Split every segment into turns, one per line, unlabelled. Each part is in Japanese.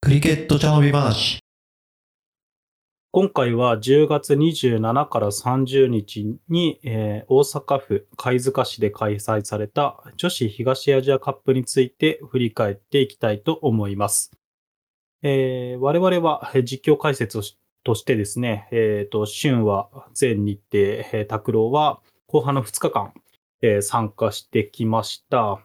クリケット茶飲み話。
今回は10月27から30日に、えー大阪府貝塚市で開催された女子東アジアカップについて振り返っていきたいと思います。えー我々はえー実況解説をしとしてですね、えーと、旬は全日程、えー拓郎は後半の2日間、えー参加してきました。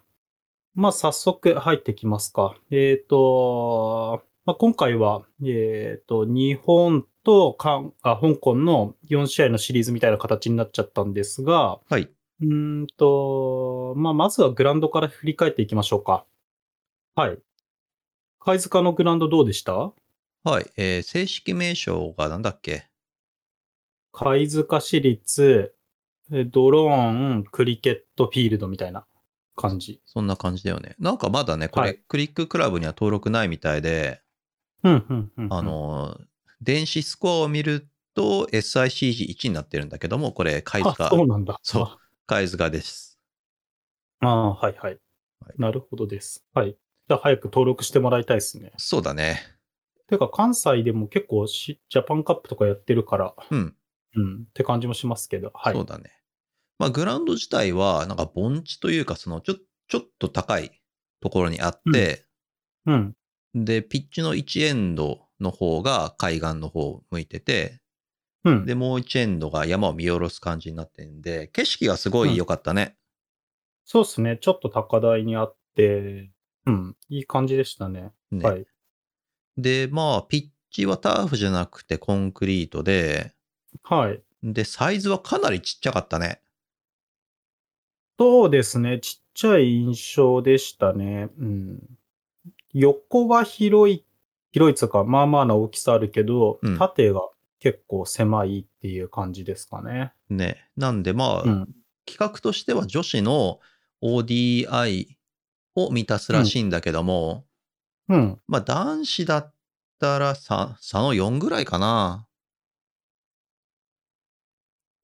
まあ、早速入ってきますか。えっ、と、まあ、今回は、えっ、と、日本と韓あ香港の4試合のシリーズみたいな形になっちゃったんですが、
はい。
うーんと、まあ、まずはグラウンドから振り返っていきましょうか。はい。貝塚のグラウンドどうでした
はい。えー正式名称がなんだっけ
貝塚市立、えドローン、クリケットフィールドみたいな感じ。
そんな感じだよね。なんかまだね、これ、
はい
クリッククラブには登録ないみたいで、
うん、うん、うん。
あ、のー、電子スコアを見ると SICG1 になってるんだけども、これ、貝
あ
塚、
そうなんだ。
そう貝塚です。
ああ、はいは
は
い
い。
なるほどです。はい。じゃあ早く登録してもらいたいですね。
そうだね。
てか関西でも結構しジャパンカップとかやってるから、
うん、
うん、って感じもしますけど。はい。
そうだね。まあ、グラウンド自体は、なんか盆地というか、その、ちょ、ちょっと高いところにあって、
うん。
で、ピッチの1エンドの方が海岸の方を向いてて、
うん。
で、もう1エンドが山を見下ろす感じになってるんで、景色がすごい良かったね。
そうですね。ちょっと高台にあって、うん、いい感じでしたね。
ね
はい。
で、まあ、ピッチはターフじゃなくてコンクリートで、
はい。
で、サイズはかなりちっちゃかったね。
そうですね。ちっちゃい印象でしたね。うん。横は広い、広いっつうか、まあまあな大きさあるけど、
うん
縦が結構狭いっていう感じですかね。
ね。なんで、まあ、
うん。
企画としては女子の ODI を満たすらしいんだけども、
うん。
まあ、男子だったら 3, 3の4ぐらいかな。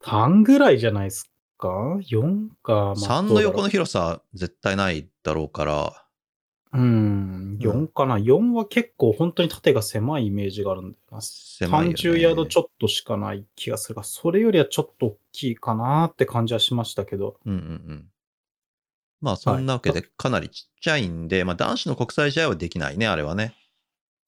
3ぐらいじゃないですか ?4 か。
3
どう
の
だろう
横の広さ絶対ないだろうから、
うん、4かな。4は結構本当に縦が狭いイメージがあるんだよな。
狭いよね
30ヤードちょっとしかない気がするが、それよりはちょっと大きいかなって感じはしましたけど。
うんうんうん。まあそんなわけでかなりちっちゃいんで、まあ男子の国際試合はできないね、あれはね。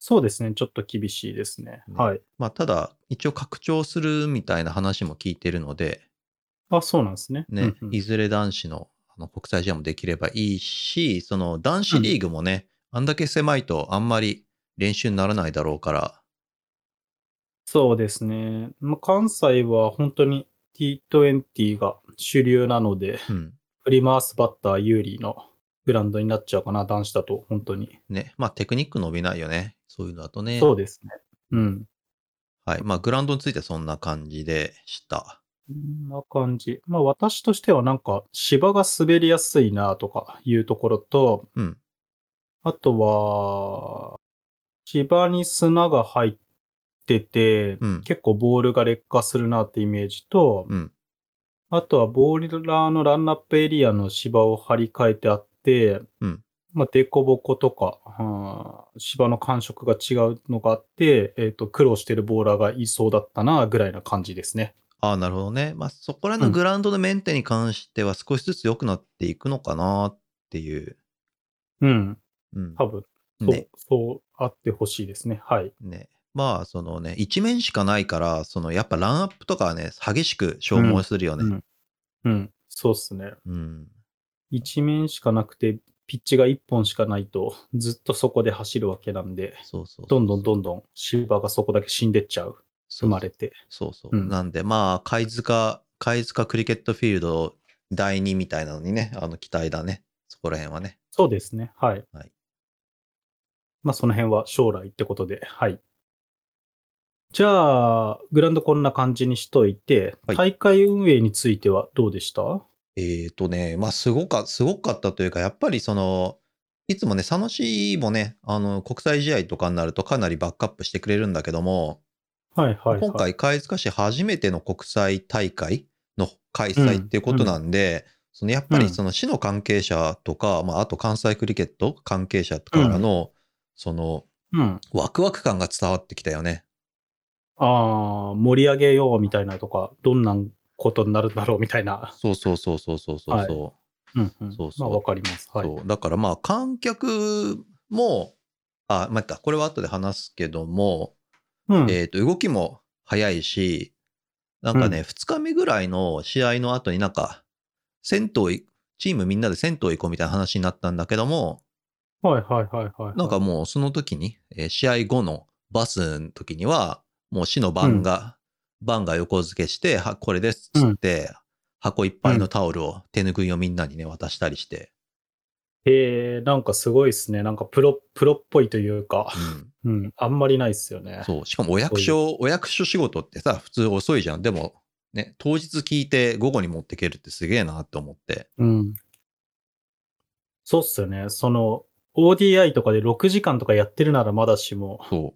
そうですね。ちょっと厳しいですね。
ね
はい。
まあただ一応拡張するみたいな話も聞いてるので、
あ、そうなんですね。
ね、
うんうん
いずれ男子のあの国際試合もできればいいし、その男子リーグもね、あんだけ狭いとあんまり練習にならないだろうから、
そうですね。まあ、関西は本当に T20 が主流なので、
うん。
振り回すバッター有利のブランドになっちゃうかな、男子だと、本当に。
ね、まあテクニック伸びないよね。そういうのだとね。
そうですね。うん。
はい。まあグラウンドについてはそんな感じでした。
こんな感じ。まあ私としてはなんか芝が滑りやすいなとかいうところと、
うん。
あとは、芝に砂が入ってて、
うん
結構ボールが劣化するなってイメージと、
うん。
あとはボーラーのランナップエリアの芝を張り替えてあって、
うん
まあデコボコとか、うん芝の感触が違うのがあって、えっ、と苦労してるボーラーがいそうだったなぐらいな感じですね。
ああ、なるほどね。まあ、そこら辺のグラウンドのメンテに関しては少しずつ良くなっていくのかなっていう。
うん。
うん。
多分、そう、
ね。
そうあってほしいですね。はい。
ね。まあ、そのね、一面しかないから、そのやっぱランアップとかはね、激しく消耗するよね。うん。
うん。そうっすね。一面しかなくて、ピッチが一本しかないと、ずっとそこで走るわけなんで、
そうそうそう。
どんどんどんどん芝がそこだけ死んでっちゃう。
そ
生
う
まれて。
そうそう。
うん
なんで、まあ、貝塚、貝塚クリケットフィールド第2みたいなのにね、あの、期待だね。そこら辺はね。
そうですね。はい。
はい
まあ、その辺は将来ってことで、はい。じゃあ、グラウンドこんな感じにしといて、
はい
大会運営についてはどうでした
えーとね、まあ、すごか、すごかったというか、やっぱりその、いつもね、佐野市もね、あの、国際試合とかになるとかなりバックアップしてくれるんだけども、
はいはい、はい。
今回、貝塚市初めての国際大会の開催っていうことなんで、そのやっぱ
う
り
ん
その市の関係者とか、まあ、あと関西クリケット関係者からの、その
うん。
ワクワク感が伝わってきたよね。
ああ、盛り上げようみたいなとか、どんなことになるだろうみたいな。
そうそうそうそうそうそう。
はいうんうん。
そうそう
まあ、わかります。はい。
そうだからまあ観客も、あ、まあ、いっかこれは後で話すけども、
うん。
えー、と動きも早いし、なんかね、2日目ぐらいの試合の後になんか、銭湯い、チームみんなで銭湯行こうみたいな話になったんだけども、
はいはいはいはい。
なんか、もうその時に、えー試合後のバスの時には、もう市の番が、番が横付けして、はこれですっつって、箱いっぱいのタオルを、手ぬぐいをみんなにね、渡したりして、
えー、なんかすごいですね。なんかプロ、プロっぽいというか、
うん、
うん、あんまりないっすよね。
そう、しかもお役所、お役所仕事ってさ、普通遅いじゃん。でも、ね、当日聞いて午後に持ってけるってすげえなって思って。
うん。そうっすよね。その、ODI とかで6時間とかやってるならまだしも、
そ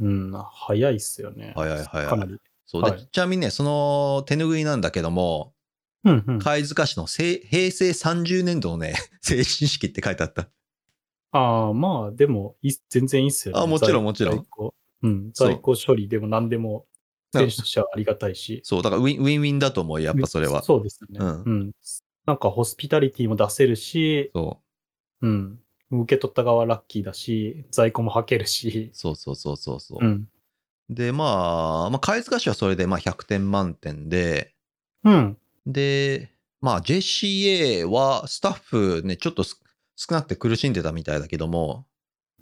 う。
うん、早いっすよね。
早い早い
かなり。
そうで、
はい
ちなみにね、その手拭いなんだけども、
うんうん。
貝塚市のせい平成30年度のね、 成人式って書いてあった。
ああ、まあ、でもいい、全然いいっすよね。
あもちろん
在
もちろん
在庫うん、
そう
在庫処理でも何でも、
うん
選手としてはありがたいし。
そう、だからウィンウィンウィンだと思うよ、やっぱそれは。
そうですね。
うん
うん。なんか、ホスピタリティも出せるし、
そ
うん。受け取った側ラッキーだし、在庫もはけるし
う、そうそうそうそうそう。
うん。
で、まあ、まあ、貝塚市はそれでまあ100点満点で、
うん。
で、まあ JCA はスタッフね、ちょっとす少なくて苦しんでたみたいだけども、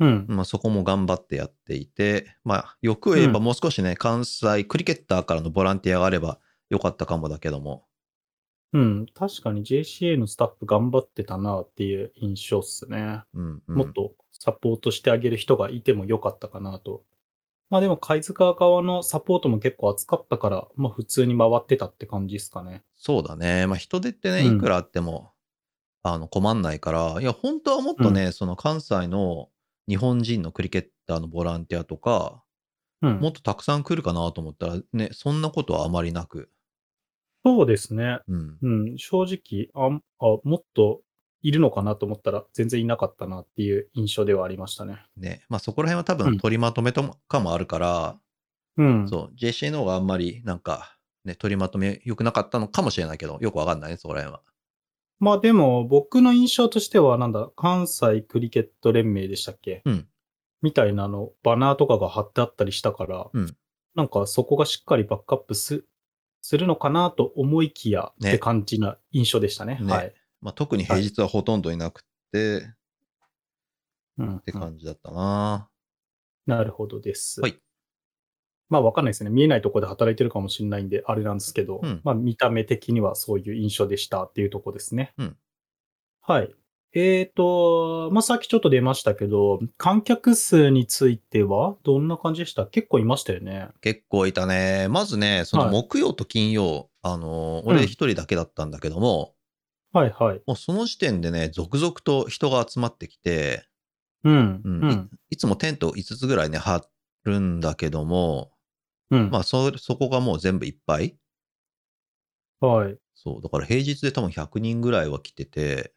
うん。
まあそこも頑張ってやっていて、まあ欲を言えば
うん
もう少しね、関西クリケッターからのボランティアがあればよかったかもだけども、
うん。確かに JCA のスタッフ頑張ってたなっていう印象っすね。
うん、うん。
もっとサポートしてあげる人がいてもよかったかなと。まあでも、貝塚側のサポートも結構厚かったから、まあ普通に回ってたって感じですかね。
そうだね。まあ人手ってね、
うん
いくらあっても、あの困んないから、いや、本当はもっとね、その関西の日本人のクリケッターのボランティアとか、
うん。
もっとたくさん来るかなと思ったら、ね、そんなことはあまりなく、
そうですね。
うん。
うん。正直、あ、あもっといるのかなと思ったら、全然いなかったなっていう印象ではありましたね。
ね、まあそこら辺は多
うん
分取りまとめともかもあるから、
うん。
そう JCA の方があんまりなんか、ね、取りまとめ良くなかったのかもしれないけど、よくわかんないね、そこら辺は。
まあでも、僕の印象としては、なんだ、関西クリケット連盟でしたっけ
うん
みたいなあの、バナーとかが貼ってあったりしたから、
うん
なんかそこがしっかりバックアップすするのかなと思いきや、
ね
って感じな印象でしたね。
ね
はい。
まあ特に平日はほとんどいなくて、っ
うん、
て感じだったな。
なるほどです。
はい。
まあわかんないですね。見えないところで働いてるかもしれないんで、あれなんですけど、
うん
まあ見た目的にはそういう印象でしたっていうところですね。
うん
はい。えーと、まあさっきちょっと出ましたけど、観客数についてはどんな感じでした結構いましたよね。
結構いたね。まずね、その
はい
木曜と金曜、あのー、
うん
俺一人だけだったんだけども、
はいはい。
もうその時点でね、続々と人が集まってきて、
うん。
う
うんん。
いつもテント5つぐらいね、張るんだけども、
うん。
まあそ、そこがもう全部いっぱい。
はい。
そう、だから平日で多分100人ぐらいは来てて、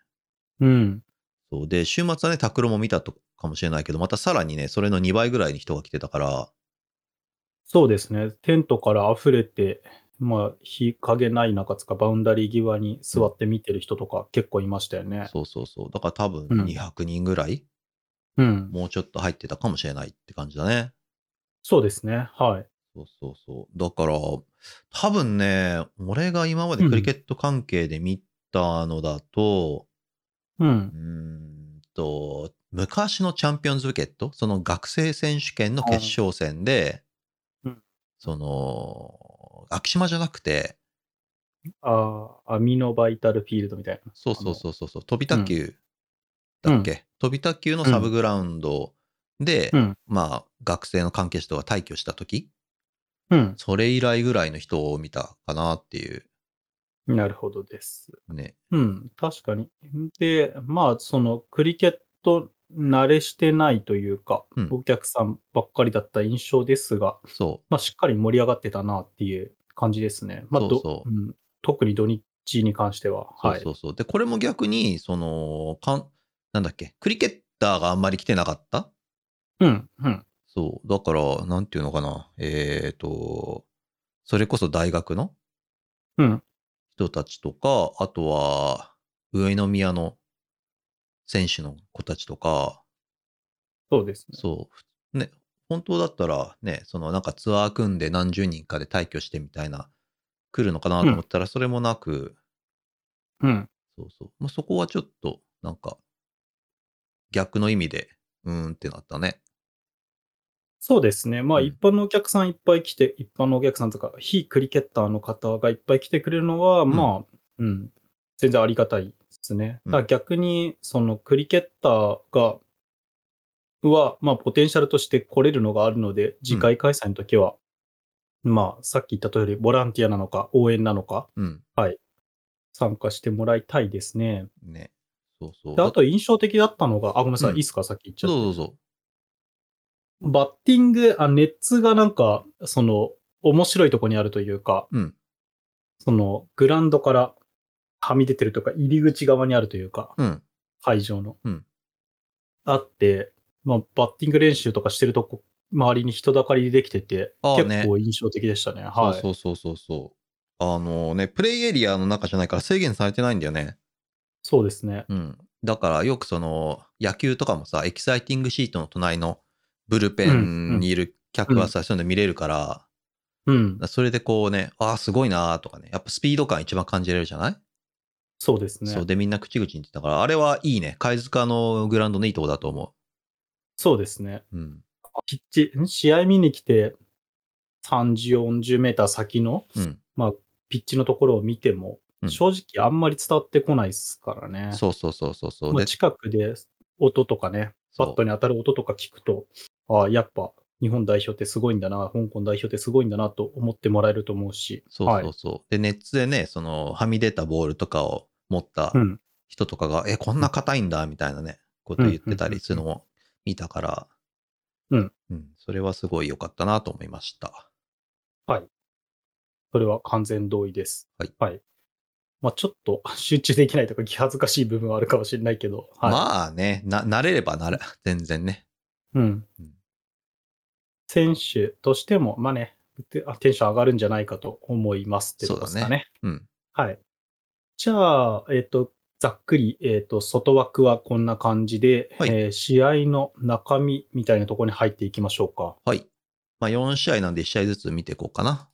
うん。
そうで、週末はね、拓郎も見たとかもしれないけど、またさらにね、それの2倍ぐらいに人が来てたから、
そうですね。テントから溢れて、まあ、日陰ない中つか、バウンダリー際に座って見てる人とか結構いましたよね。
そうそうそう、だから多分
うん
200人ぐらい、
うん。
もうちょっと入ってたかもしれないって感じだね。
そうですね。はい。
そうそうそう。だから、多分ね、俺が今までクリケット関係で見たのだと、
うん
う。ーんと、昔のチャンピオンズウィケット、その学生選手権の決勝戦で、
うん
その、昭島じゃなくて、
ああ、アミノバイタルフィールドみたいな。
そうそうそうそうそう、飛び卓球だっけ、飛び卓球のサブグラウンドで、
うん
まあ、学生の関係者とか退去した時
うん。
それ以来ぐらいの人を見たかなっていう
なるほどです。
ね。
うん。確かに。で、まあ、その、クリケット慣れしてないというか、
うん
お客さんばっかりだった印象ですが、
そ
まあ、しっかり盛り上がってたなっていう感じですね。まあ、ど
そうそう
うん特に土日チに関しては。
そう
はい。
そうそう。で、これも逆に、その、かん、なんだっけ、クリケッターがあんまり来てなかった
うん、うん。
そう。だから、なんていうのかな。えっ、と、それこそ大学の
うん
人たちとか、あとは、上宮の選手の子たちとか、
そうですね。
そう。ね、本当だったら、ね、そのなんかツアー組んで何十人かで退去してみたいな、来るのかなと思ったら、それもなく、
うん。
そうそう。まあ、そこはちょっと、なんか、逆の意味で、うーんってなったね。
そうですね。まあ、
うん
一般のお客さんいっぱい来て、一般のお客さんとか、非クリケッターの方がいっぱい来てくれるのは、
ん
まあ、うん、全然ありがたいですね。
うん
だから逆に、そのクリケッターが、は、まあ、ポテンシャルとして来れるのがあるので、次回開催の時は、まあ、さっき言った通り、ボランティアなのか、応援なのか、
うん。
参加してもらいたいですね。
ね。そうそう。
で、あと印象的だったのが、あ、ごめんなさい、
うん
いいっすか、さっき言っちゃ
そ
っ
う
た。
そうそ
バッティング、あネッツがなんか、その、面白いとこにあるというか、
う。うん。
その、グラウンドからはみ出てるというか、入り口側にあるというか、
うん。
会場の。
うん
あって、まあ、バッティング練習とかしてるとこ、周りに人だかりできてて、
ああね
結構印象的でしたね。はい。
そうそうそうそうそう。あのね、プレイエリアの中じゃないから制限されてないんだよね。
そうですね。
うん。だからよくその野球とかもさ、エキサイティングシートの隣のブルペンにいる客はさ、そういうの見れるから、
うん。
それでこうね、ああ、すごいなーとかね、やっぱスピード感一番感じられるじゃない、
そうですね。そ
そううで、みんな口々に言ってたから、あれはいいね。貝塚のグラウンドのいいとこだと思
ですね。
う。うん。
ピッチ、ん試合見に来て、30、40メーター先の
うん。
ピッチのところを見ても、
うん
正直あんまり伝わってこないですからね。
そうそうそうそうそう。
まあ
で
近くで音とかね、
そう
バットに当たる音とか聞くと、ああ、やっぱ日本代表ってすごいんだな、香港代表ってすごいんだなと思ってもらえると思うし、
そう
は
そう
い。
そう。で、ネッツでね、その、はみ出たボールとかを持った
うん。
人とかが、え、こんな硬いんだ、みたいなね、ことを言ってた
うんうんうんう
り
ん
するのを見たから、
うん。
うん。それはすごい良かったなと思いました。
それは完全同意です。
はい。
まあちょっと集中できないとか気恥ずかしい部分はあるかもしれないけど、はい。
まあね、な、慣れればなれ、全然ね。
うん
うん。
選手としても、まあね、テテンション上がるんじゃないかと思いますってことです
そ
か
うだ
ね。
うん。
はい。じゃあ、えっ、と、ざっくり、えっ、と、外枠はこんな感じで、
はい
えー試合の中身みたいなところに入っていきましょうか。
はい。まあ、4試合なんで1試合ずつ見ていこうかな。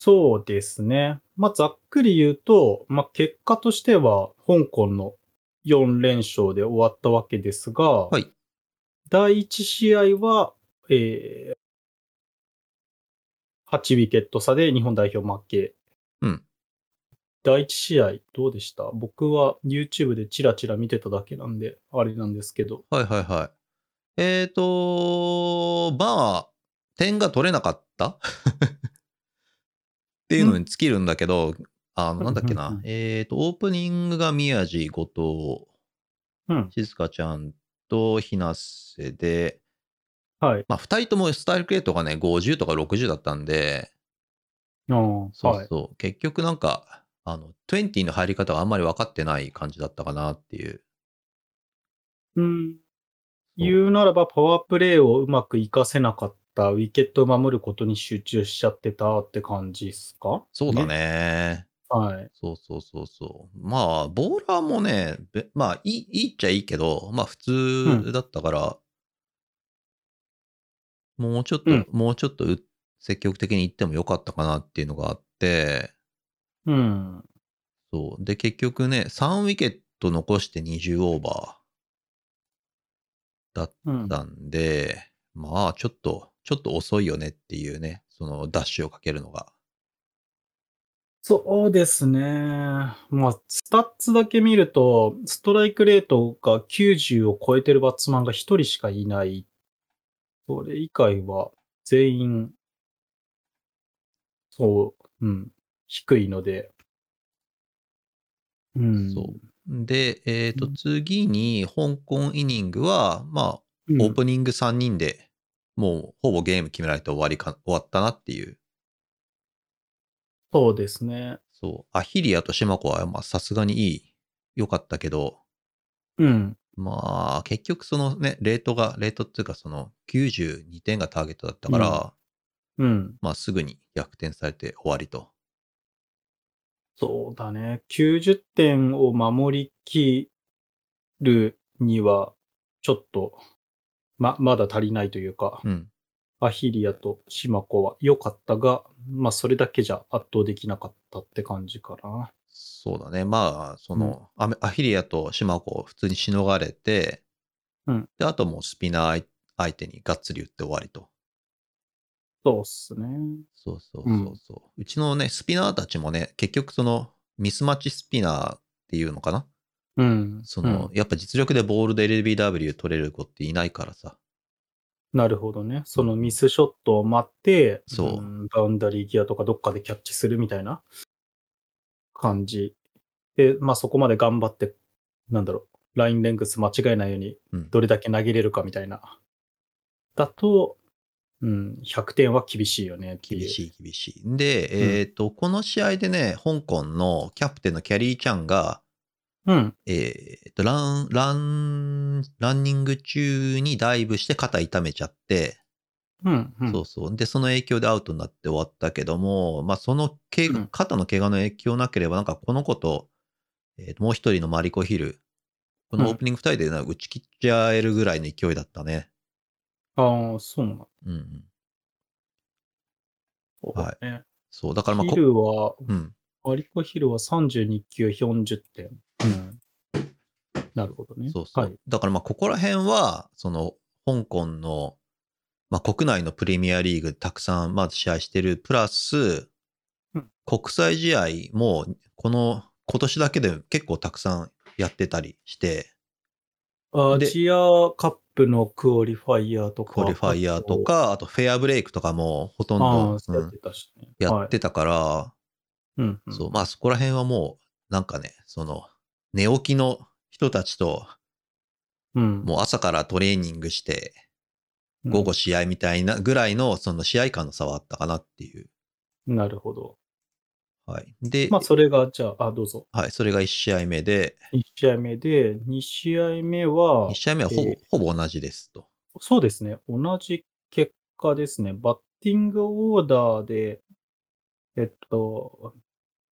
そうですね。まあ、ざっくり言うと、まあ、結果としては、香港の4連勝で終わったわけですが、
はい。
第1試合は、えー、8ウィケット差で日本代表負け。
うん。
第1試合どうでした僕は YouTube でチラチラ見てただけなんで、あれなんですけど。
はいはいはい。えっ、ー、と、まあ、点が取れなかった っていうのに尽きるんだけど、あの、なんだっけ
うんうん
な
うん。
えっ、と、オープニングが宮地、後藤、
うん。
静香ちゃんとひなせで、
はい。
まあ、2人ともスタイルクレートがね、50とか60だったんで、
ああ、
そう
はい。
そう、結局なんか、あの、20の入り方があんまり分かってない感じだったかなっていう。
うん。言うならば、パワープレイをうまく活かせなかった、ウィケットを守ることに集中しちゃってたって感じですか
そうだ。ね
はい。
そうそうそうそう。まあ、ボーラーもね、べまあいい、いいっちゃいいけど、まあ普通だったから、もうちょっと、
うん
もうちょっとう積極的に行ってもよかったかなっていうのがあって、
うん。
そう。で、結局ね、3ウィケット残して20オーバ
うん
ーだったんで、まあちょっと、ちょっと遅いよねっていうね、そのダッシュをかけるのが。
そうですね。まあ、スタッツだけ見ると、ストライクレートが90を超えてるバッツマンが1人しかいない。それ以外は全員、そう、うん、低いので。うん。
そうで、えっ、と、
うん
次に香港イニングは、まあ、
うん。
オープニング3人で、もうほぼゲーム決められて終わりか、終わったなっていう。
そうですね。
そう、アヒリアとシマコはまあさすがにいい、良かったけど、
うん。
まあ、結局そのね、レートが、レートっていうかその92点がターゲットだったから、
うん。
まあすぐに逆転されて終わりと。
そうだね。90点を守りきるには、ちょっと、ま、まだ足りないというか、
うん。
アヒリアとシマコは良かったが、まあそれだけじゃ圧倒できなかったって感じかな。
そうだね。まあ、その、アメアヒリアとシマコを普通にしのがれて、
うん
で、あともうスピナー相手にがっつり打って終わりと。
そうっすね。
そうそうそうそう。うちのね、スピナーたちもね、結局その、ミスマッチスピナーっていうのかな
うん。
その、
うん
やっぱ実力でボールで LBW 取れる子っていないからさ。
なるほどね。そのミスショットを待って、
そうん
バウンダリーギアとかどっかでキャッチするみたいな感じ。で、まあそこまで頑張って、なんだろう、ラインレングス間違えないように
うん
どれだけ投げれるかみたいな。だと、うん、100点は厳しいよねっていう。
厳
い。
しい厳しい。で、えっ、と、この試合でね、香港のキャプテンのキャリーちゃんが、
うん。
えっ、と、ラン、ラン、ランニング中にダイブして肩痛めちゃって、
うん。うん
そうそう。で、その影響でアウトになって終わったけども、まあ、そのけ、
うん
肩の怪我の影響なければ、なんかこの子と、えーともう一人のマリコヒル、このオープニング二人でなんか打ち切っちゃえるぐらいの勢いだったね。
ああ、そうなんだ
うんうん。
そうだね。
そう。だからまあ
ヒ
こ、
ルは、
うん。
マリコヒルは32球40点。うん。なるほどね。
そうそう。
はい。
だからまあ、ここら辺は、その、香港の、まあ、国内のプレミアリーグでたくさん、まず試合してる、プラス
うん、
国際試合も、この、今年だけで結構たくさんやってたりして、
ア
で
ジアカップのクオリファイヤーとか。
クオリファイヤーとか、あとフェアブレイクとかもほとんど
ああ、、
う
やっ
ん
てたしね。
や
はい
ってたから、
うんうん。
そう、まあそこら辺はもう、なんかね、その、寝起きの人たちと、
うん。
もう朝からトレーニングして、午後試合みたいなぐらいの、その試合間の差はあったかなっていう。
うん。なるほど。
はい。で、
まあ、それが、じゃあ、あ、どうぞ。
はい、それが1試合目で、
1試合目で、2試合目は
1、試合目はほぼ、
えー
ほぼ同じですと。
そうですね。同じ結果ですね。バッティングオーダーで、えっと、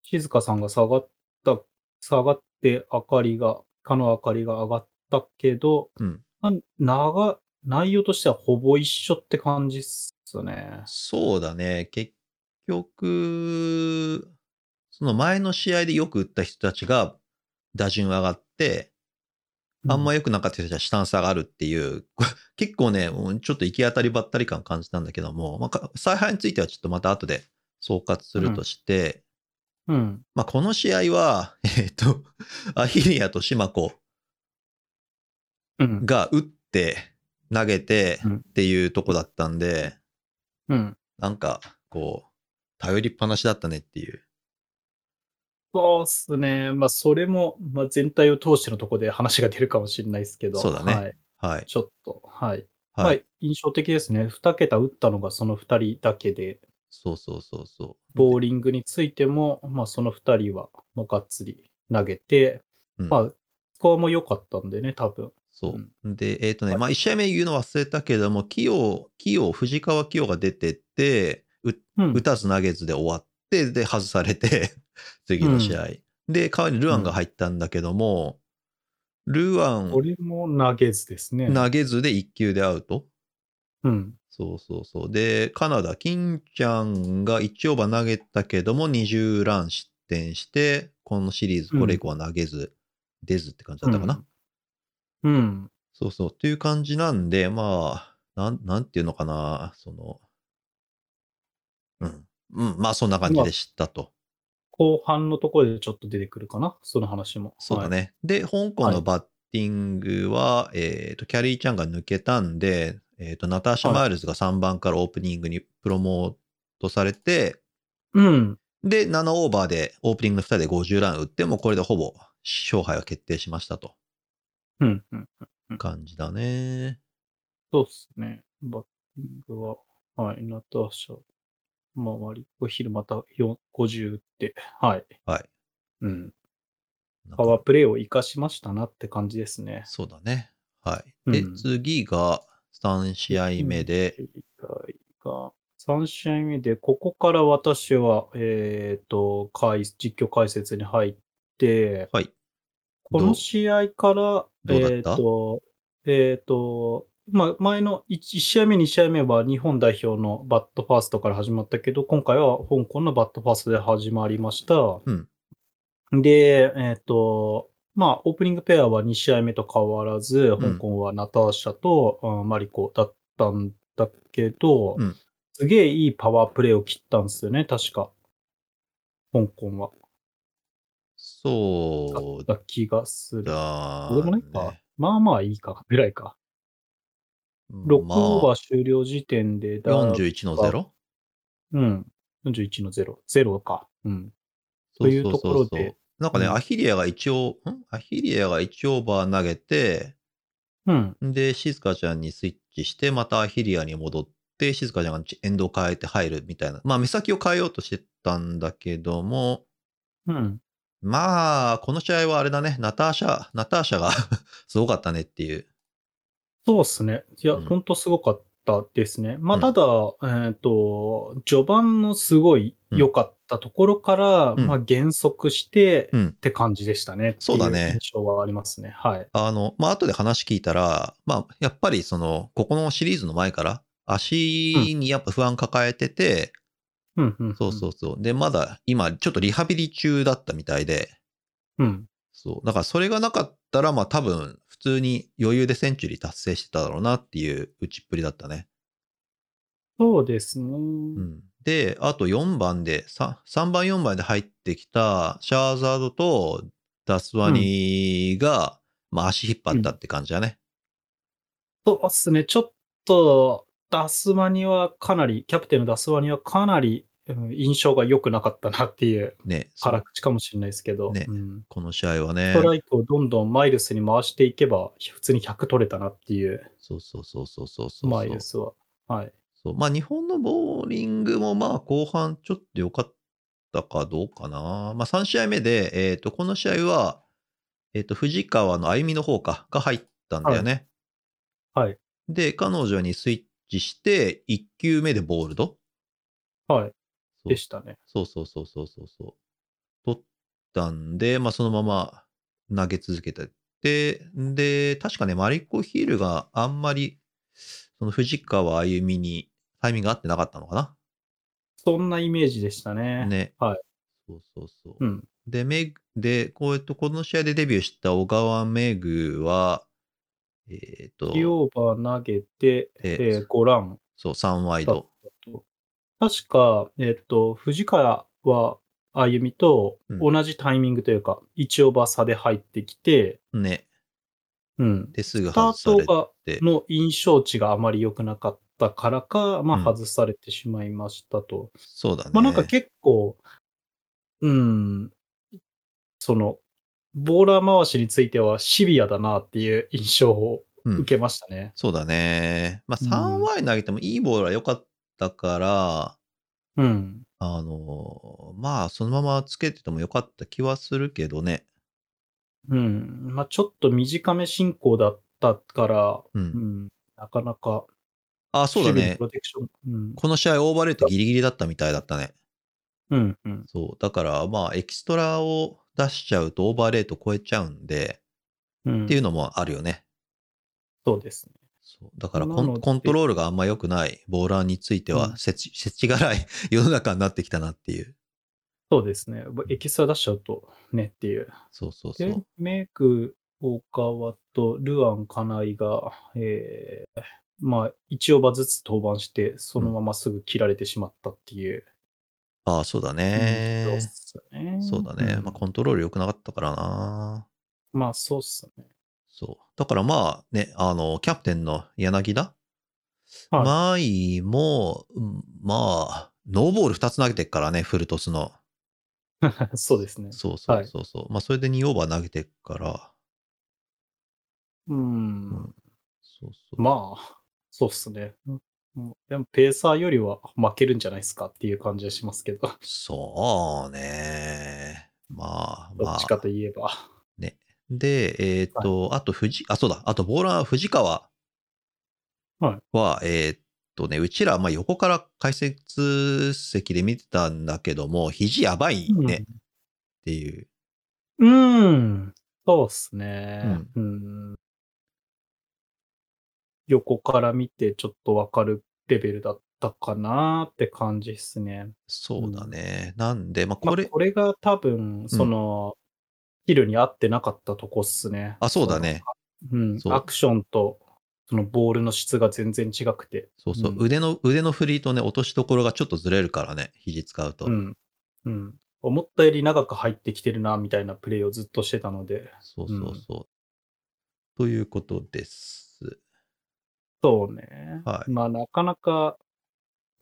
静香さんが下がった、下がって明かりが、かの明かりが上がったけど、
うん。
まあ長、内容としてはほぼ一緒って感じっすね。
そうだね、結局、その前の試合でよく打った人たちが打順上がって、あんま
り。
良くなかった人たちは下の下がるっていう、 これ結構ね、うんちょっと行き当たりばったり感感じたんだけども、まあか、采配についてはちょっとまた後で総括するとして、
うん。
まあ、この試合は、 えっ、と、アヒリアとシマコ
うん。
が打って、投げて
うん
っていうとこだったんで、
うん。
なんか、こう、頼りっぱなしだったねっていう。
そうっすね。まあ、それも、まあ、全体を通してのとこで話が出るかもしれないですけど。
そうだね
はい。
はい。
ちょっと、はい。
はい。
はい、印象的ですね。2桁打ったのがその2人だけで、
そうそうそうそう。
ボーリングについても、まあ、その2人は、まあ、がっつり投げて、
うん
まあ、スコアも良かったんでね、多分。
そう。で、えっ、とね、
はい
まあ、1試合目言うの忘れたけども、器用、器用、藤川器用が出てって、う
うん
打。たず投げずで終わって、で、外されて、 次の試合。で、代わりにルアンが入ったんだけども、ルアン
これも投げずですね。
投げずで1球でアウト。
うん。
そうそうそう。で、カナダ、金ちゃんが1オーバー投げたけども、20ラン失点して、このシリーズ、これ以降は投げず、出ずって感じだったかな。
うん。うん。
そうそう。という感じなんで、まあ、なん、なんていうのかな、その、うん。うん、まあ、そんな感じでしたと。
後半のところでちょっと出てくるかな、その話も。
そうだ
はい。
ね。で、香港のバッティングは、えっ、と、キャリーちゃんが抜けたんで、えっ、と、ナターシャ・
はい
マイルズが3番からオープニングにプロモートされて、
うん。
で、7オーバーでオープニングの2人で50ラン打って、もうこれでほぼ勝敗は決定しましたと
うん。うん。
感じだね。
そうっすね。バッティングは、はい、ナターシャ。まあ割、お昼また4 50打って、はい。
はい。
うん。
なん
パ
か
ワープレイを活かしましたなって感じですね。
そうだね。はい。で、
うん
次が3試合目で、
が3試合目で、ここから私は、えっ、と、解実況解説に入って、
はい。
こ
ど
の
う
試合から、
どうだった
えっ、と、えっ、と、まあ、前の 1, 試合目、2試合目は日本代表のバットファーストから始まったけど、今回は香港のバットファーストで始まりました。
ん
で、えっ、と、まあ、オープニングペアは2試合目と変わらず、
うん
香港はナターシャと、あマリコだったんだけど、
うん
すげえいいパワープレイを切ったんですよね、確か。香港は。
そ
だ
う
った気がする。
だ、
どうでもないか。まあまあいいか、ぐらいか。6
ま
オーバ
あ
ー、終了時点でだ、
41の 0?
うん。41の0。0か。うん。
そ
と
う
いう
そう
とこ
そう
ろ
そ
で
う。なんかね、
うん
アヒリアが一応、んアヒリアが1オーバー投げて、
うん。
で、静香ちゃんにスイッチして、またアヒリアに戻って、静香ちゃんがエンドを変えて入るみたいな。まあ、目先を変えようとしてたんだけども、
うん。
まあ、この試合はあれだね、ナターシャ、ナターシャが すごかったねっていう。
そうですね。いや、
うん
ほんとすごかったですね。ま
う
あ、
ん
ただ、えっ、と、序盤のすごい良かったところから、
うん
まあ、減速して、
うん
って感じでしたね。
そうだね
ってい印象はありますね。はい。
あの、まあ、後で話聞いたら、まあ、やっぱりその、ここのシリーズの前から、足にやっぱ不安抱えてて、
うん、うん。
そうそうそう。で、まだ今、ちょっとリハビリ中だったみたいで、
うん。うん。
そう。だからそれがなかったら、まあ多分、普通に余裕でセンチュリー達成してただろうなっていう打ちっぷりだったね。
そうですね。
うん。で、あと4番で、3, 3番4番で入ってきたシャーザードとダスワニが、まあ足引っ張ったって感じだね。
そうですね。ちょっと、ダスマニはかなり、キャプテンのダスマニはかなり、うん印象が良くなかったなっていう
ね。そう
辛口かもしれないですけど、
ね
うん
この試合はね
スト。ライクをどんどんマイルスに回していけば、普通に100取れたなっていう、
そうそうそうそうそうそう。
マイルスは。はい。
そうまあ日本のボーリングもまあ後半ちょっと良かったかどうかな。まあ3試合目で、えっ、と、この試合は、えっ、と、藤川の歩みの方か、が入ったんだよね。
はいはい
で、彼女にスイッチして、1球目でボールド
はい。
そう
でしたね。
そうそうそうそうそうそう。取ったんで、まあそのまま投げ続けてって、で、確かね、マリコ・ヒールがあんまり、その藤川歩みにタイミング合ってなかったのかな。
そんなイメージでしたね。
ね。
はい。
そうそうそう。
うん。
で、メグ、で、こうやってこの試合でデビューした小川メグは、えっ、と、
キオーバー投げて、
え
えー、5ラン。
そう、3ワイド。
確か、えっ、と、藤川は、歩みと同じタイミングというか、1オーバー差で入ってきて、
ね。
うん。
で、すぐ
スタ
外され
ートが
て。
の印象値があまり良くなかったからか、ま
うん
あ外されてしまいましたと。
そうだね。
まあなんか結構、うん、その、ボーラー回しについてはシビアだなっていう印象を
うん
受けましたね。
そうだね。まあ、3
うん
割投げてもいいボールは良かったから、
うん。
あのーまあ、そのままつけてても良かった気はするけどね。
うん。まあちょっと短め進行だったから、
う。
うんん、なかなか、
あ、そうだ
守備の
ね
プ。ロテクション。うん。
この試合オーバーレートギリギリだったみたいだったね。
うん。うん。
そう。だから、まあ、エキストラを出しちゃうとオーバーレート超えちゃうんで、
うん、
っていうのもあるよね。
そうですね。
そうだからコ
なの
ン、
で
コントロールがあんま良くないボーラーについて
う
は、
ん
せち、せちがらい 世の中になってきたなっていう。
そうですね。エキストラ出しちゃうとねっていう。
そうそうそ
で
う。、
メイク、大川とルアン、金井が、えーまあ、1オーバーずつ登板して、そのまますぐ切られてしまったっていう。
ああ、そうだ
そう
ね
っ。すね
そうだね。
ん
まあ、コントロール良くなかったからな。
まあ、そうっすね。
そう。だからまあね、あの、キャプテンの柳田、
はい
マイも、うんまあ、ノーボール2つ投げてっからね、フルトスの。
そうですね。
そうそ
は
う
い
そうそう。まあ、それで2オーバー投げてっから、
うん。
そうそう。
まあ、そうっすね。もうでも、ペーサーよりは負けるんじゃないですかっていう感じはしますけど、
そうね。まあ、
ど
ま
っ
あ
ち。かといえば。
で、えーっと、あと藤、あ、そうだ、あとボーラー藤川
は
は、えーっとね、うちら、まあ、横から解説席で見てたんだけども、肘やばいねっていう、
うん。そうっすね。うん。横から見てちょっとわかるレベルだったかなって感じっすね。
そうだね。なんで、まあ、
まあ
これ、
これが多分、その、ヒルに合ってなかったとこっすね。
あ、そうだね。
その。
そう
うん。アクションと、そのボールの質が全然違くて。
そうそう、
うん
腕の、腕の振りとね、落としどころがちょっとずれるからね、肘使うと。
うん。うん。思ったより長く入ってきてるな、みたいなプレイをずっとしてたので。
そうそうそう。ということです。
そうね。
はい
まあ、なかなか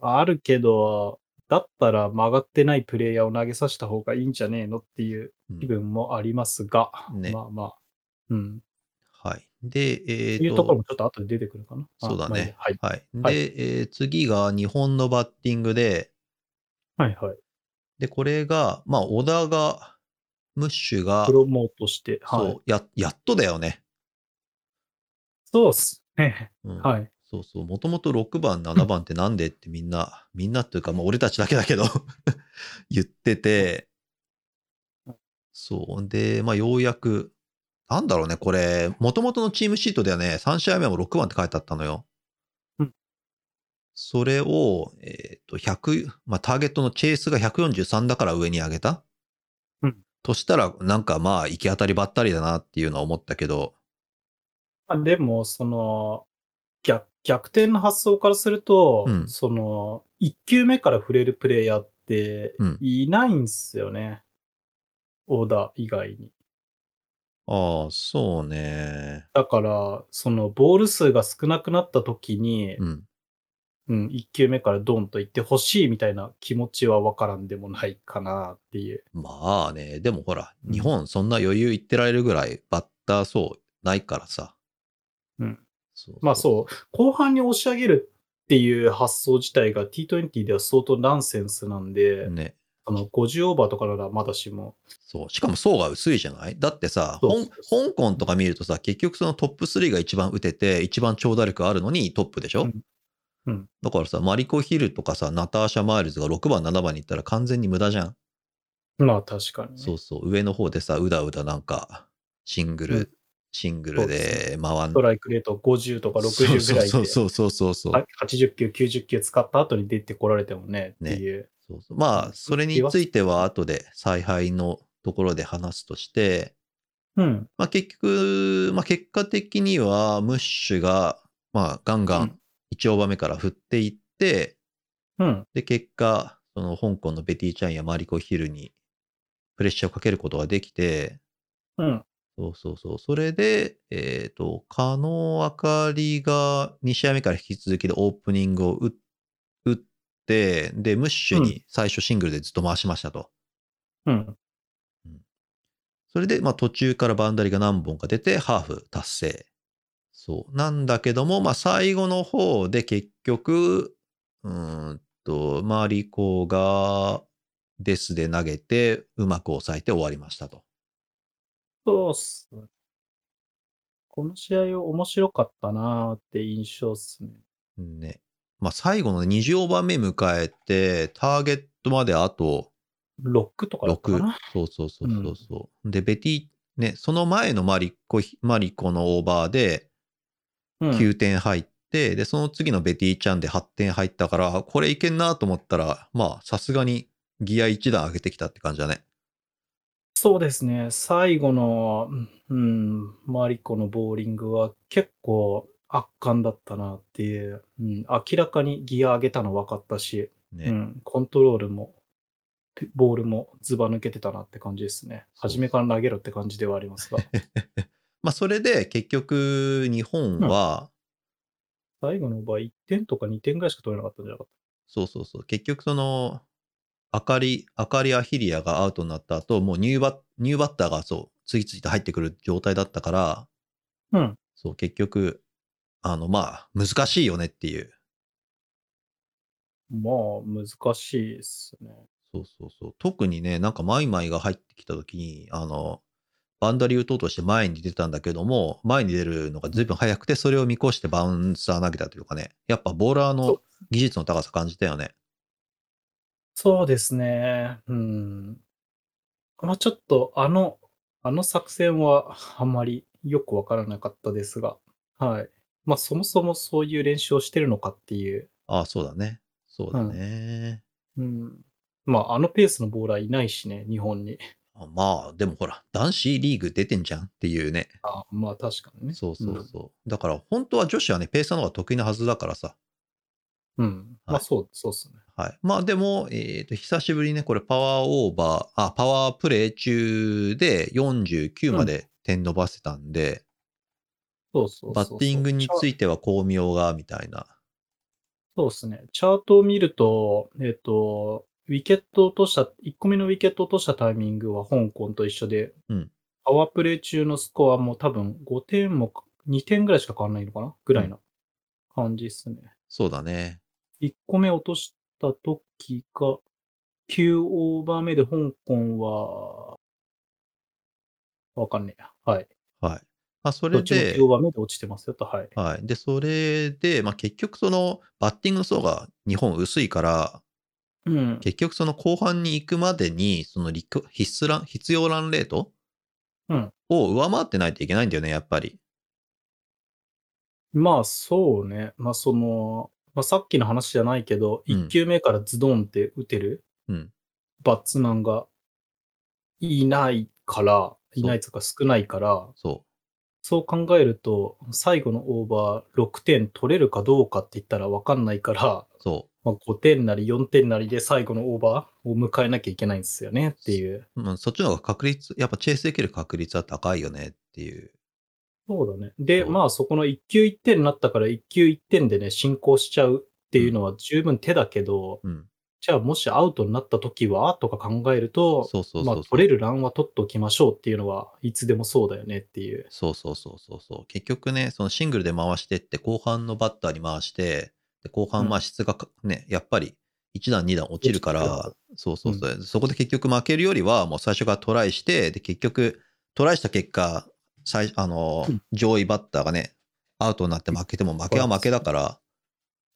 あるけど、だったら曲がってないプレイヤーを投げさせた方がいいんじゃねえのっていう
うん
気分もありますが、
ね
まあまあ、うん。
はい。で、えー
っていうところもちょっと後で出てくるかな。あ
そうだ
まあいいや
ね。
はい。
はい。で、
はい
えー次が日本のバッティングで、
はいはい。
で、これが、まあ、小田が、ムッシュが
プ、ロモートして、
そ
はい。
う、や、やっとだよね。
そうっすね。
うん
はい。
そうそう、もともと6番、7番ってなんでってみんな、みんなっていうか、まあ、俺たちだけだけど、 言ってて、そう。で、まあ、ようやく、なんだろうね、これ、もともとのチームシートではね、3試合目も6番って書いてあったのよ。
うん
それを、えっ、と、100、まあ、ターゲットのチェイスが143だから上に上げた。
うん
としたら、なんかまあ、行き当たりばったりだなっていうのは思ったけど、
あでも、その、逆、逆転の発想からすると、
うん
その、1球目から触れるプレイヤーって
うん
いないんですよね。オーダー以外に。
ああ、そうね。
だから、そのボール数が少なくなった時に、
うん。
うん、1球目からドンと行ってほしいみたいな気持ちはわからんでもないかなっていう。
まあね、でもほら、
うん
日本そんな余裕言ってられるぐらいバッターそうないからさ。
うん
そう
まあそう、後半に押し上げるっていう発想自体が T20 では相当ナンセンスなんで、
ね。
あの50オーバーとかならまだしも。
そう。しかも層が薄いじゃないだってさ、
そう
ほん香港とか見るとさ、結局そのトップ3が一番打てて、一番長打力あるのにトップでしょ、
うんうん
だからさ、マリコ・ヒルとかさ、ナターシャ・マイルズが6番、7番に行ったら完全に無駄じゃん。
まあ確かにね、
そうそう。上の方でさ、うだうだなんか、シングル、
うん
シングルで回ん
ストライクレート50とか60ぐらいで、
そうそうそうそうそう。
は80球、90球使った後に出てこられてもねっていう。
そうそうまあ、それについては後で采配のところで話すとして、
うん。
まあ結局、まあ結果的にはムッシュが、まあガンガ
う
ン
ん
1オーバー目から振っていって、
うん。
で結果、その香港のベティ・チャンやマリコ・ヒルにプレッシャーをかけることができて、
うん。
そうそうそう。それで、えっ、と、加納あかりが2試合目から引き続きでオープニングを打っ打って、で、ムッシュに最初シングルでずっと回しましたと。
うん。
それで、まあ、途中からバウンダリが何本か出て、ハーフ達成。そう。なんだけども、まあ、最後の方で結局、うーんと、マリコがデスで投げて、うまく抑えて終わりましたと。
そうっすね。この試合面白かったなーって印象っすね。
ね。まあ、最後の20オーバー目迎えて、ターゲットまであと
ロックとかだったか
6
な。。
そうそうそうそうそう。で、ベティ、ね、その前のマリコ、マリコのオーバーで、
うん
9点入って、で、その次のベティちゃんで8点入ったから、これいけんなと思ったら、まあ、さすがにギア1段上げてきたって感じだね。
そうですね。最後の、うん、マリコのボーリングは結構圧巻だったなっていう。うん、明らかにギア上げたの分かったし、
ね。
うん、コントロールも、ボールもズバ抜けてたなって感じですね。
そう
初めから投げろって感じではありますが。
まあ、それで結局、日本は、
最後の場合、1点とか2点ぐらいしか取れなかったんじゃなかっ
そうそうそう、結局その、あかり、あかりアヒリアがアウトになった後、もうニューバニューバッターがそう、次々と入ってくる状態だったから、
た。うん。
そう、結局、あの、まあ、難しいよねっていう
まあ、難しいですね。
そうそうそう。特にね、なんかマイマイが入ってきた時に、あの、バウンダリー打とうとして前に出たんだけども、前に出るのが随分早くて、それを見越してバウンサー投げたというかね、やっぱボーラー
そ
の
う
技術の高さ感じたよね。
そうですね。うん。まあ、ちょっと、あの、あの作戦はあんまりよくわからなかったですが、はい。まあ、そもそもそういう練習をしてるのかっていう、
ああ、そうだね。そうだね。
うん。まあ、あのペースのボーラーいないしね、日本に。
あまあ、でもほら、男子リーグ出てんじゃんっていうね。
あまあ、確かにね。
そうそうそう。だから、本当は女子はね、ペースの方が得意なはずだからさ。
うん。うん。ま
は
あ、
い
そう、そうですね。
はい。まあでも、えっ、と、久しぶりにね、これパワーオーバー、あ、パワープレイ中で49まで点伸ばせたんで、
そうそうそう
バ
そう
ッティングにつ
チャ
いては巧妙が、みたいな。
そうですね。チャートを見ると、えっ、と、ウィケットを落とした、1個目のウィケットを落としたタイミングは香港と一緒で、
うん
パワープレイ中のスコアも多分5点も、2点ぐらいしか変わらないのかなぐらいの感じですね。
そうだね。
1個目落とした時が、9オーバー目で香港は、わかんねえや。はい。
はい。まあそ
ど
れ
っちも
で
9、オーバー目で落ちてますよと。はい。
はい。で、それで、まあ結局その、バッティングの層が日本薄いから、
うん。
結局その後半に行くまでに、そのリク必須ラン、必要ランレート
うん
を上回ってないといけないんだよね、やっぱり。
まあそうね。まあその、まあ、さっきの話じゃないけど、
うん
1球目からズドンって打てる
うん。
バッツマンがいないから、いないというか少ないから、
そ
そう考えると、最後のオーバー6点取れるかどうかって言ったらわかんないから、
う。そう。
まあ、5点なり4点なりで最後のオーバーを迎えなきゃいけないんですよねっていう。
まあ、そっちの方が確率、やっぱチェイスできる確率は高いよねっていう。
そうだね。で、
そう
まあそこの1球1点になったから1球1点でね、進行しちゃうっていうのは十分手だけど、
うん。
じゃあもしアウトになった時はとか考えると、
そうそうそうそう。
まあ取れるランは取っておきましょうっていうのはいつでもそうだよねっていう。
そうそうそうそうそう。結局ね、そのシングルで回してって、後半のバッターに回して、で後半まあ質がかね、やっぱり1段2段落ちるから
落、
そうそうそう、そこで結局負けるよりは、もう最初からトライして、で結局、トライした結果、最あの
うん
上位バッターがね、アウトになって負けても負けは負けだから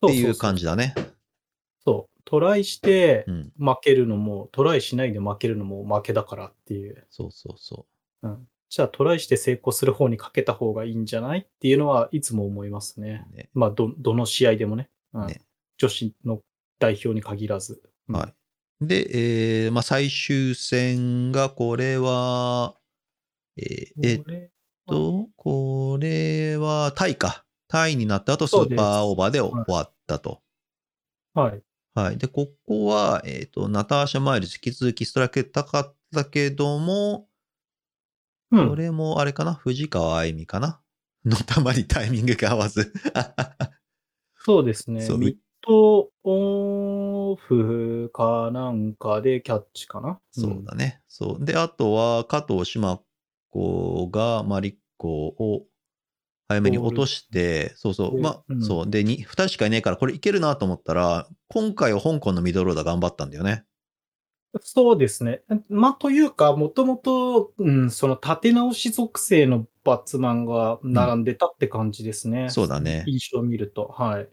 っていう感
じ。
じだね。
そう。トライして
うん。
負けるのも、トライしないで負けるのも負けだからっていう。
そうそうそう。
うん。じゃあトライして成功する方にかけた方がいいんじゃないっていうのはいつも思いますね。
ね
まあ、ど、どの試合でもね。うん
ね
女子の代表に限らず。うん
はい。で、えーまあ、最終戦が、これは、えーえっ
これ
と、これはタイか。タイになった後、ス
そうで
ー
す
パーオーバーで
はい
終わったと。
はい。
はい。で、ここは、えっ、と、ナターシャ・マイルズ、引き続きストライク高かったけども、
う
こ
ん。
れもあれかな藤川愛美かなのたまにタイミングが合わず。
そうですね。
そう
ミッドオフかなんかでキャッチかな。
そうだね。そう。で、あとは、加藤島子が、まあ、立候を早めに落として、そうそう。
で
まあ、
うん
そう。で、2、二人しかいねえから、これいけるなと思ったら、今回は香港のミドルオーダー頑張ったんだよね。
うんそうですね。まあ、というか、もともと、うん、その立て直し属性のバッツマンが並んでたって感じですね。
そうだね。
印象を見ると。はい。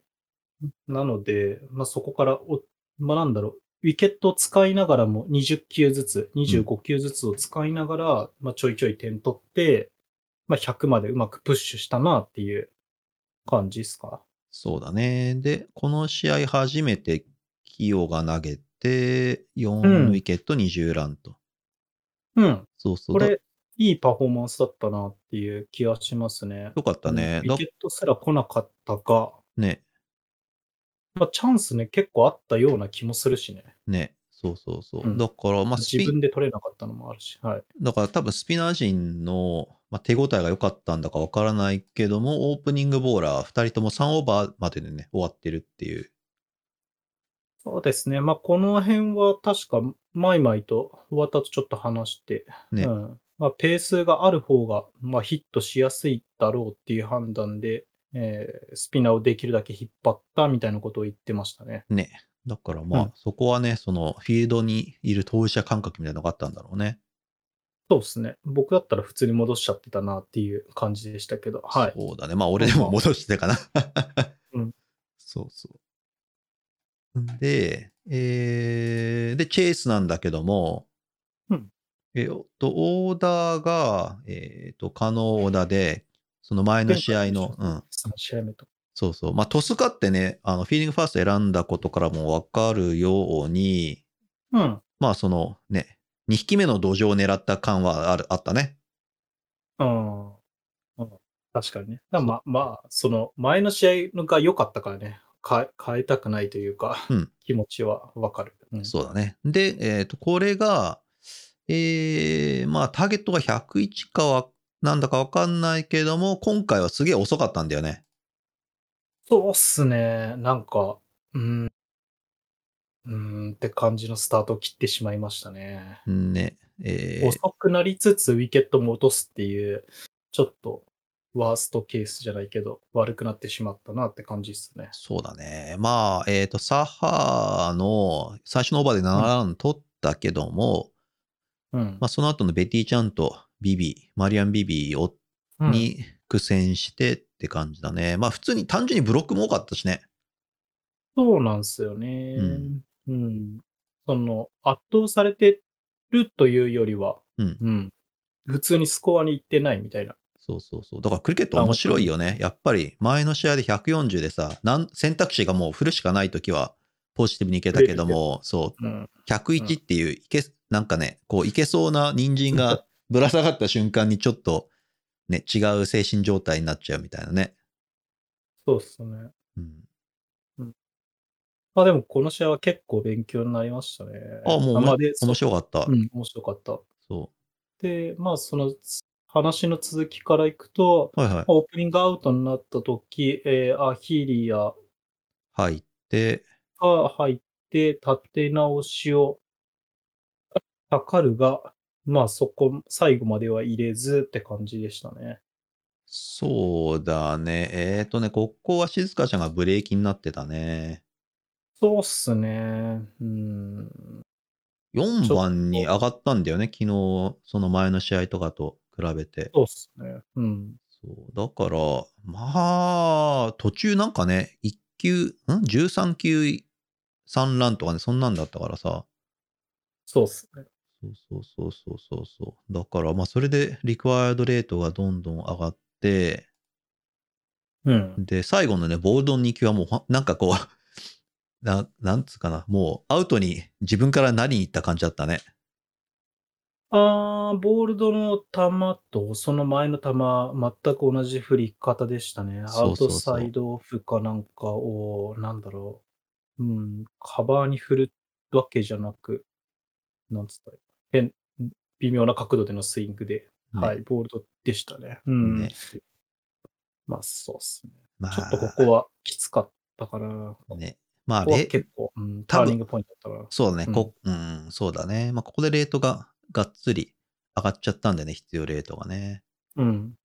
なので、まあ、そこからお、まあ、なんだろう。ウィケットを使いながらも20球ずつ、25球ずつを使いながら、まあ、ちょいちょい点取って、まあ、100までうまくプッシュしたなっていう感じですか。
そうだね。で、この試合初めて、清が投げて、4ウィケット20ランと。
うん。
そうそう。
こ
だ
れ、いいパフォーマンスだったなっていう気がしますね。
よかったね。
うんウ
だ
ィケットすら来なかったが、
ね。
まあ、チャンスね、結構あったような気もするしね。
ね。そうそうそう。
うん
だから、まあ、スピ
自分で取れなかったのもあるし。はい。
だから多分スピナー陣の、まあ、手応えが良かったんだかわからないけども、オープニングボーラー2人とも3オーバーまででね、終わってるっていう。
そうですね。まあ、この辺は確か、マイマイとワタとちょっと話して、
ね
うん。まあ、ペースがある方が、まあ、ヒットしやすいだろうっていう判断で、えースピナーをできるだけ引っ張ったみたいなことを言ってましたね。
ね。だからまあ、
うん
そこはね、そのフィールドにいる当事者感覚みたいなのがあったんだろうね。
そうですね。僕だったら普通に戻しちゃってたなっていう感じでしたけど。はい。
そうだね。まあ、俺でも戻してかな。
うん
そうそう。んで、えーで、チェイスなんだけども、
うん
えーっと、オーダーが、えーっと、可能オーダーで、その前の試合
前回の
の、うん、
3試合目と。
そうそう。まあ、トスカってね、あの、フィーリングファースト選んだことからもわかるように、
うん。
まあ、そのね、2匹目の土壌を狙った感はあるあったね。
うん。うん確かにね。だからまあ、まあ、その前の試合が良かったからね。か変えたくないというか、
うん
気持ちはわかる。うん
そうだね。で、えっ、と、これが、えー、まあ、ターゲットが101かは、なんだかわかんないけども、今回はすげえ遅かったんだよね。
そうっすね。なんか、うん。うーんって感じのスタートを切ってしまいましたね。
ね。えー、
遅くなりつつウィケットも落とすっていう、ちょっとワーストケースじゃないけど、悪くなってしまったなって感じですね。
そうだね。まあ、えっ、と、サハの最初のオーバーで7ラン取ったけども、
うん
ま。あ、その後のベティちゃんとビビ、マリアン・ビビを
うん、
に苦戦してって感じだね。まあ、普通に単純にブロックも多かったしね。
そうなんですよね、
う
うん。その、圧倒されてるというよりは、
うん
普通にスコアに行ってないみたいな。
そうそうそう。だからクリケット面白いよね。やっぱり前の試合で140でさ、なん選択肢がもうフルしかないときはポジティブにいけたけども、そ
うん。
う、101っていう、いけ、なんかね、こう、いけそうな人参 がぶら下がった瞬間にちょっと、ね、違う精神状態になっちゃうみたいなね。
そうっすね。
うん、
まあでもこの試合は結構勉強になりましたね。
あ、もうお
ま
も
あで、そう
面白かった。
うん、面白かった。
そ
で、まあそのつ話の続きからいくと、
う。はいはい。
オープニングアウトになった時、えーアヒリア
入って、
が入って、立て直しを、かかるが、まあそこ、最後までは入れずって感じでしたね。
そうだね。えっ、とね、ここは静香ちゃんがブレーキになってたね。
そうっすね。うん。
4番に上がったんだよね、昨日、その前の試合とかと比べて。
そうっすね。うん。
そうだから、まあ、途中なんかね、1球、ん ?13 球3ランとかね、そんなんだったからさ。
そうっすね。
そうそうそうそうそうそう。だから、まあ、それでリクワイアドレートがどんどん上がって、
うん。
で、最後のね、ボールドの2球はもうほん、なんかこう、 ななんつうかな、もうアウトに自分からなりに行った感じだったね。
あー、ボールドの球とその前の球、全く同じ振り方でしたね。ア
そう
ウ
そ
ト
うそう
サイドオフかなんかを、なんだろう。うん、カバーに振るわけじゃなく、なんつったらいいか変、微妙な角度でのスイングで、
ね
はい、ボールドでしたね。うん。
ね
まあ、そうっすね。
まあ、
ちょっとここはきつかったかな。
ね。まあ、
ここは
れ
結構、うん、
多
タ
分
ーニングポイントだったか
そうだね、
うん
こうん、そうだね。まあ、ここでレートががっつり上がっちゃったんだよね、必要レートがね。
ら。うん。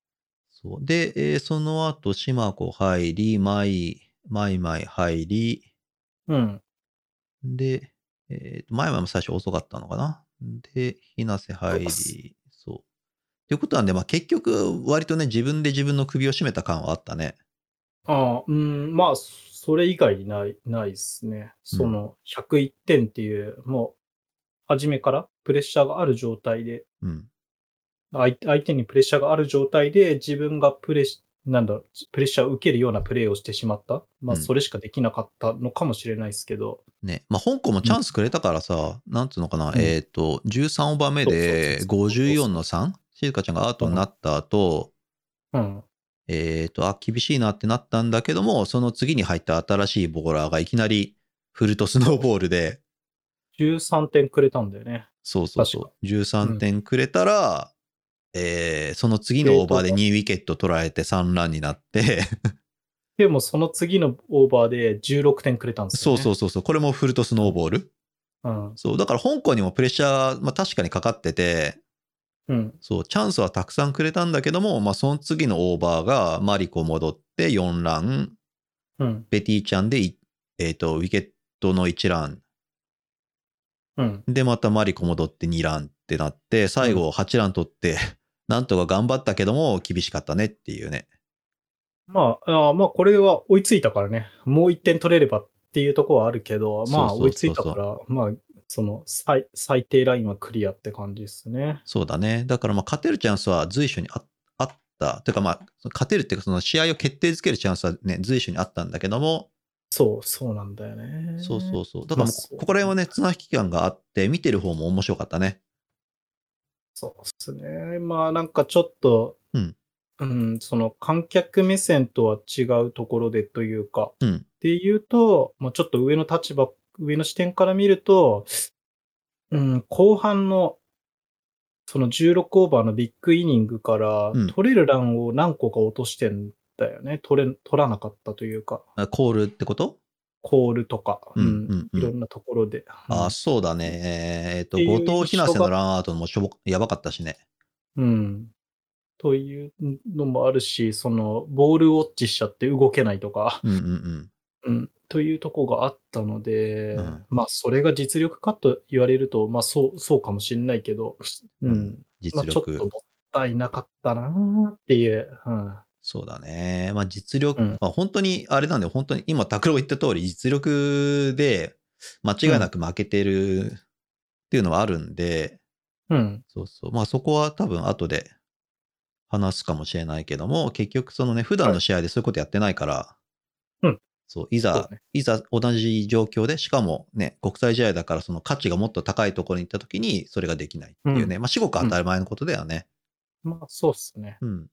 そうで、えーその後、シマコ入り、マイ、マイマイ入り、
うん。
で、えーと、マイマイも最初遅かったのかな。で、ひなせ入
そうっす
り、そう。ということなんで、まあ、結局、割とね、自分で自分の首を絞めた感はあったね。
ああ、うん、まあ、それ以外ない、ないですね。その、101点っていう、もう、初めからプレッシャーがある状態で、
うん。
相手相手にプレッシャーがある状態で、自分がプレッシ、なんだろう、プレッシャーを受けるようなプレーをしてしまった。まあ、
うん
それしかできなかったのかもしれないですけど、
ね。まあ、香港もチャンスくれたからさ、なんつうのかな、
ん
えっ、と、13オーバー目で
そうそうそうそう
54の 3? しずかちゃんがアウトになった後、
うん、
えっ、と、あ、厳しいなってなったんだけども、その次に入った新しいボーラーがいきなりフルトスノーボールで、
13点くれたんだよね。
そうそうそ
確
う、13点くれたら、えーその次のオーバーで2ウィケット取られて3ランになって、
でも、その次のオーバーで16点くれたんです
そ
よ
う
ね。
そううそうそう、これもフルトスノーボール。
そう。うん、
そう、だから香港にもプレッシャー、まあ確かにかかってて、
うん、
そう、チャンスはたくさんくれたんだけども、まあその次のオーバーがマリコ戻って4ラン、
うん、
ベティちゃんでい、えっ、と、ウィケットの1ラン。
うん。
で、またマリコ戻って2ランってなって、最後8ラン取って、なんとか頑張ったけども、厳しかったねっていうね。
まあ、あーまあ、これは追いついたからね、もう一点取れればっていうところはあるけど、まあ、
そうそ
追
う
いつ
そう
いた
そう
から、まあ、その最、最低ラインはクリアって感じですね。
そうだね。だからまあ、勝てるチャンスは随所にああった。てかまあ、その勝てるっていうか、その試合を決定づけるチャンスはね、随所にあったんだけども、
そう、そうなんだよね。
そうそうそ
そ
う。だからも
まあそう
う、ここら辺はね、綱引き感があって、見てる方も面白かったね。
うですね。まあ、なんかちょっと、
うん
うんその観客目線とは違うところでというか、
うん。
っていうと、もうちょっと上の立場、上の視点から見ると、うん、後半の、その16オーバーのビッグイニングから
うん、
取れるランを何個か落としてんだよね。取れ、取らなかったというか、
あコールってこと
コールとか、
うんうんうん
いろんなところで。
あ、そうだね。えっと、
っていう
後藤ひなせのランアウトもしょぼ、やばかったしね。
うん。というのもあるし、その、ボールウォッチしちゃって動けないとか、
うんうんうん。
うん、というとこがあったので、
うん
まあ、それが実力かと言われると、まあ、そう、そうかもしれないけど、うん。ま
実
あ、ちょっと
力。
もったいなかったなーっていう、うん。
そうだね。まあ実力、
うん
まあ本当に、あれなんだよ、本当に、今、拓郎言った通り、実力で間違いなく負けてるっていうのはあるんで、
うん。
そうそう。まあそこは多分後で話すかもしれないけども、結局そのね、普段の試合でそういうことやってないから、
うん
そう、い
そう
ざ、
だね
いざ同じ状況で、しかもね、国際試合だからその価値がもっと高いところに行った時に、それができないっていうね、まあ至極当たり前のことだよね。
まあ、そうっすね。
うん。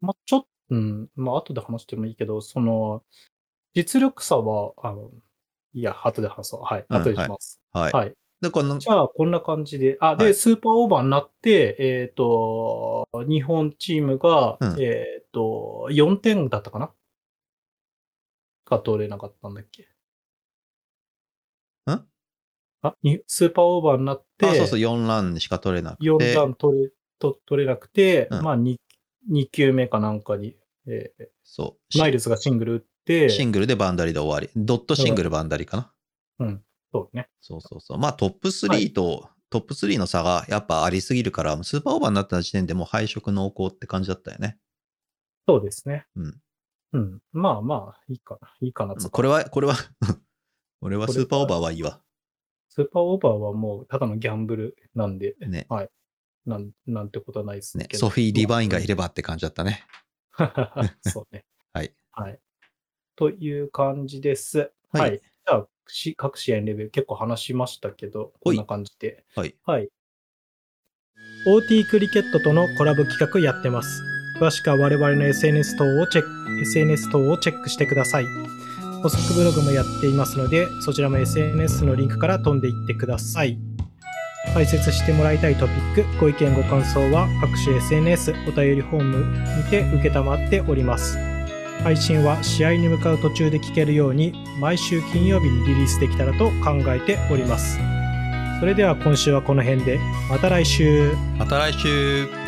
まあ、ちょっと、うん。まあ、後で話してもいいけど、その、実力差は、あの、いや、後で話そう。はい。
うん
後でします。
はい。
はい
で、この、
じゃあ、こんな感じで。あ、で、
はい
スーパーオーバーになって、えっ、と、日本チームが、
うん
えっ、と、4点だったかなが取れなかったんだっけ
ん
あ、にスーパーオーバーになって、
あそうそう、4ランしか取れなくて。
4段取れ、と取れなくて、
うん
まあ2、2球目かなんかに、えー
そう。
マイルズがシングル打って、
シングルでバンダリで終わり。ドットシングルバンダリかな。
そうね。
そうそうそう。まあトップ
は
3
い
と、トップ3の差がやっぱありすぎるから、スーパーオーバーになった時点でもう敗色濃厚って感じだったよね。
そうですね。
うん。
うん。まあまあ、いいかな。いいかな。つうか
これは、これは、 俺はスーパーオーバーはいいわ。
スーパーオーバーはもうただのギャンブルなんで、
ね。
なんなんてことはないです
ね
けど。
ソフィー・ディバインがいればって感じだったね。
そうね。
はい。
はい。という感じです。
はい
じゃあ、し各試合のレベル結構話しましたけど、こんな感じで。
はい。
はい。OT クリケットとのコラボ企画やってます。詳しくは我々の SNS 等をチェック、SNS 等をチェックしてください。補足ブログもやっていますので、そちらも SNS のリンクから飛んでいってください。解説してもらいたいトピック、ご意見ご感想は各種 SNS、お便りフォームにて受けたまっております。配信は試合に向かう途中で聞けるように毎週金曜日にリリースできたらと考えております。それでは今週はこの辺で、また来週。
また来週。